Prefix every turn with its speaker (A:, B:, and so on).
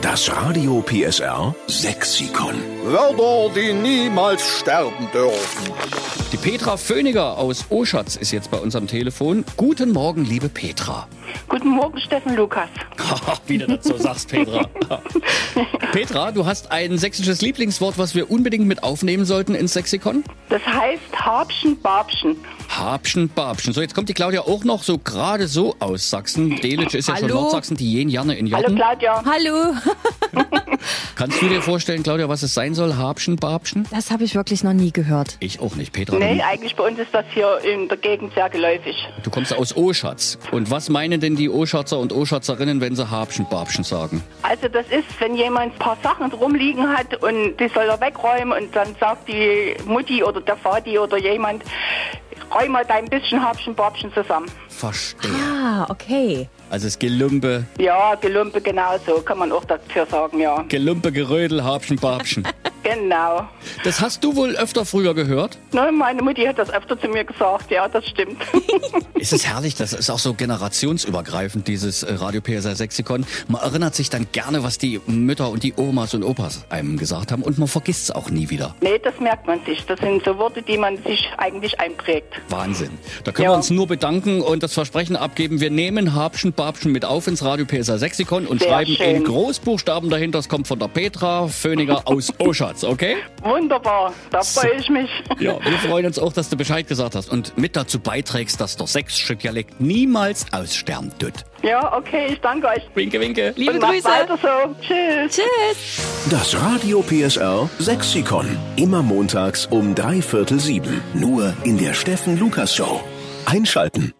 A: Das Radio PSR Sexikon.
B: Wörter, die niemals sterben dürfen.
C: Die Petra Föhniger aus Oschatz ist jetzt bei uns am Telefon. Guten Morgen, liebe Petra.
D: Guten Morgen, Steffen Lukas.
C: Wie du das so sagst, Petra. Petra, du hast ein sächsisches Lieblingswort, was wir unbedingt mit aufnehmen sollten ins Sexikon?
D: Das heißt Habschen Babschen.
C: Habschen, Babschen. So, jetzt kommt die Claudia auch noch so gerade so aus Sachsen. Delitzsch ist ja schon
E: Hallo?
C: Nordsachsen, die Jen Janne in
D: Hallo
C: Jotten.
D: Claudia.
E: Hallo.
C: Kannst du dir vorstellen, Claudia, was es sein soll? Habschen, Babschen?
E: Das habe ich wirklich noch nie gehört.
C: Ich auch nicht, Petra.
D: Nee, eigentlich bei uns ist das hier in der Gegend sehr geläufig.
C: Du kommst aus Oschatz. Und was meinen denn die Oschatzer und Oschatzerinnen, wenn sie Habschen, Babschen sagen?
D: Also das ist, wenn jemand ein paar Sachen rumliegen hat und die soll er wegräumen und dann sagt die Mutti oder der Vati oder jemand, räum mal dein bisschen Habschen Babschen zusammen.
C: Verstehe.
E: Ah, okay.
C: Also es Gelumpe,
D: Ja, Gelumpe genauso, kann man auch dafür sagen, ja.
C: Gelumpe, Gerödel, Habschen, Babschen.
D: Genau.
C: Das hast du wohl öfter früher gehört?
D: Ne, meine Mutti hat das öfter zu mir gesagt, ja, das stimmt.
C: Es ist herrlich, das ist auch so generationsübergreifend, dieses äh, Radio PSR Sexikon. Man erinnert sich dann gerne, was die Mütter und die Omas und Opas einem gesagt haben und man vergisst es auch nie wieder.
D: nee, das merkt man sich. Das sind so Worte, die man sich eigentlich einprägt.
C: Wahnsinn. Da können
D: Ja.
C: wir uns nur bedanken und das Versprechen abgeben, wir nehmen Habschen Babschen mit auf ins Radio PSR Sexikon und
D: Sehr
C: schreiben
D: schön.
C: in Großbuchstaben dahinter, es kommt von der Petra Föhniger aus Oschatz, okay?
D: Wunderbar, da freue ich mich.
C: Ja, wir freuen uns auch, dass du Bescheid gesagt hast und mit dazu beiträgst, dass der sächsische Dialekt niemals aussterben tut.
D: Ja, okay, ich danke euch.
C: Winke, winke.
E: Liebe
D: Und macht
E: Grüße.
D: weiter so. Tschüss.
E: Tschüss.
A: Das Radio PSR Sexikon. Immer montags um drei Viertel sieben. Nur in der Steffen Lukas Show. Einschalten.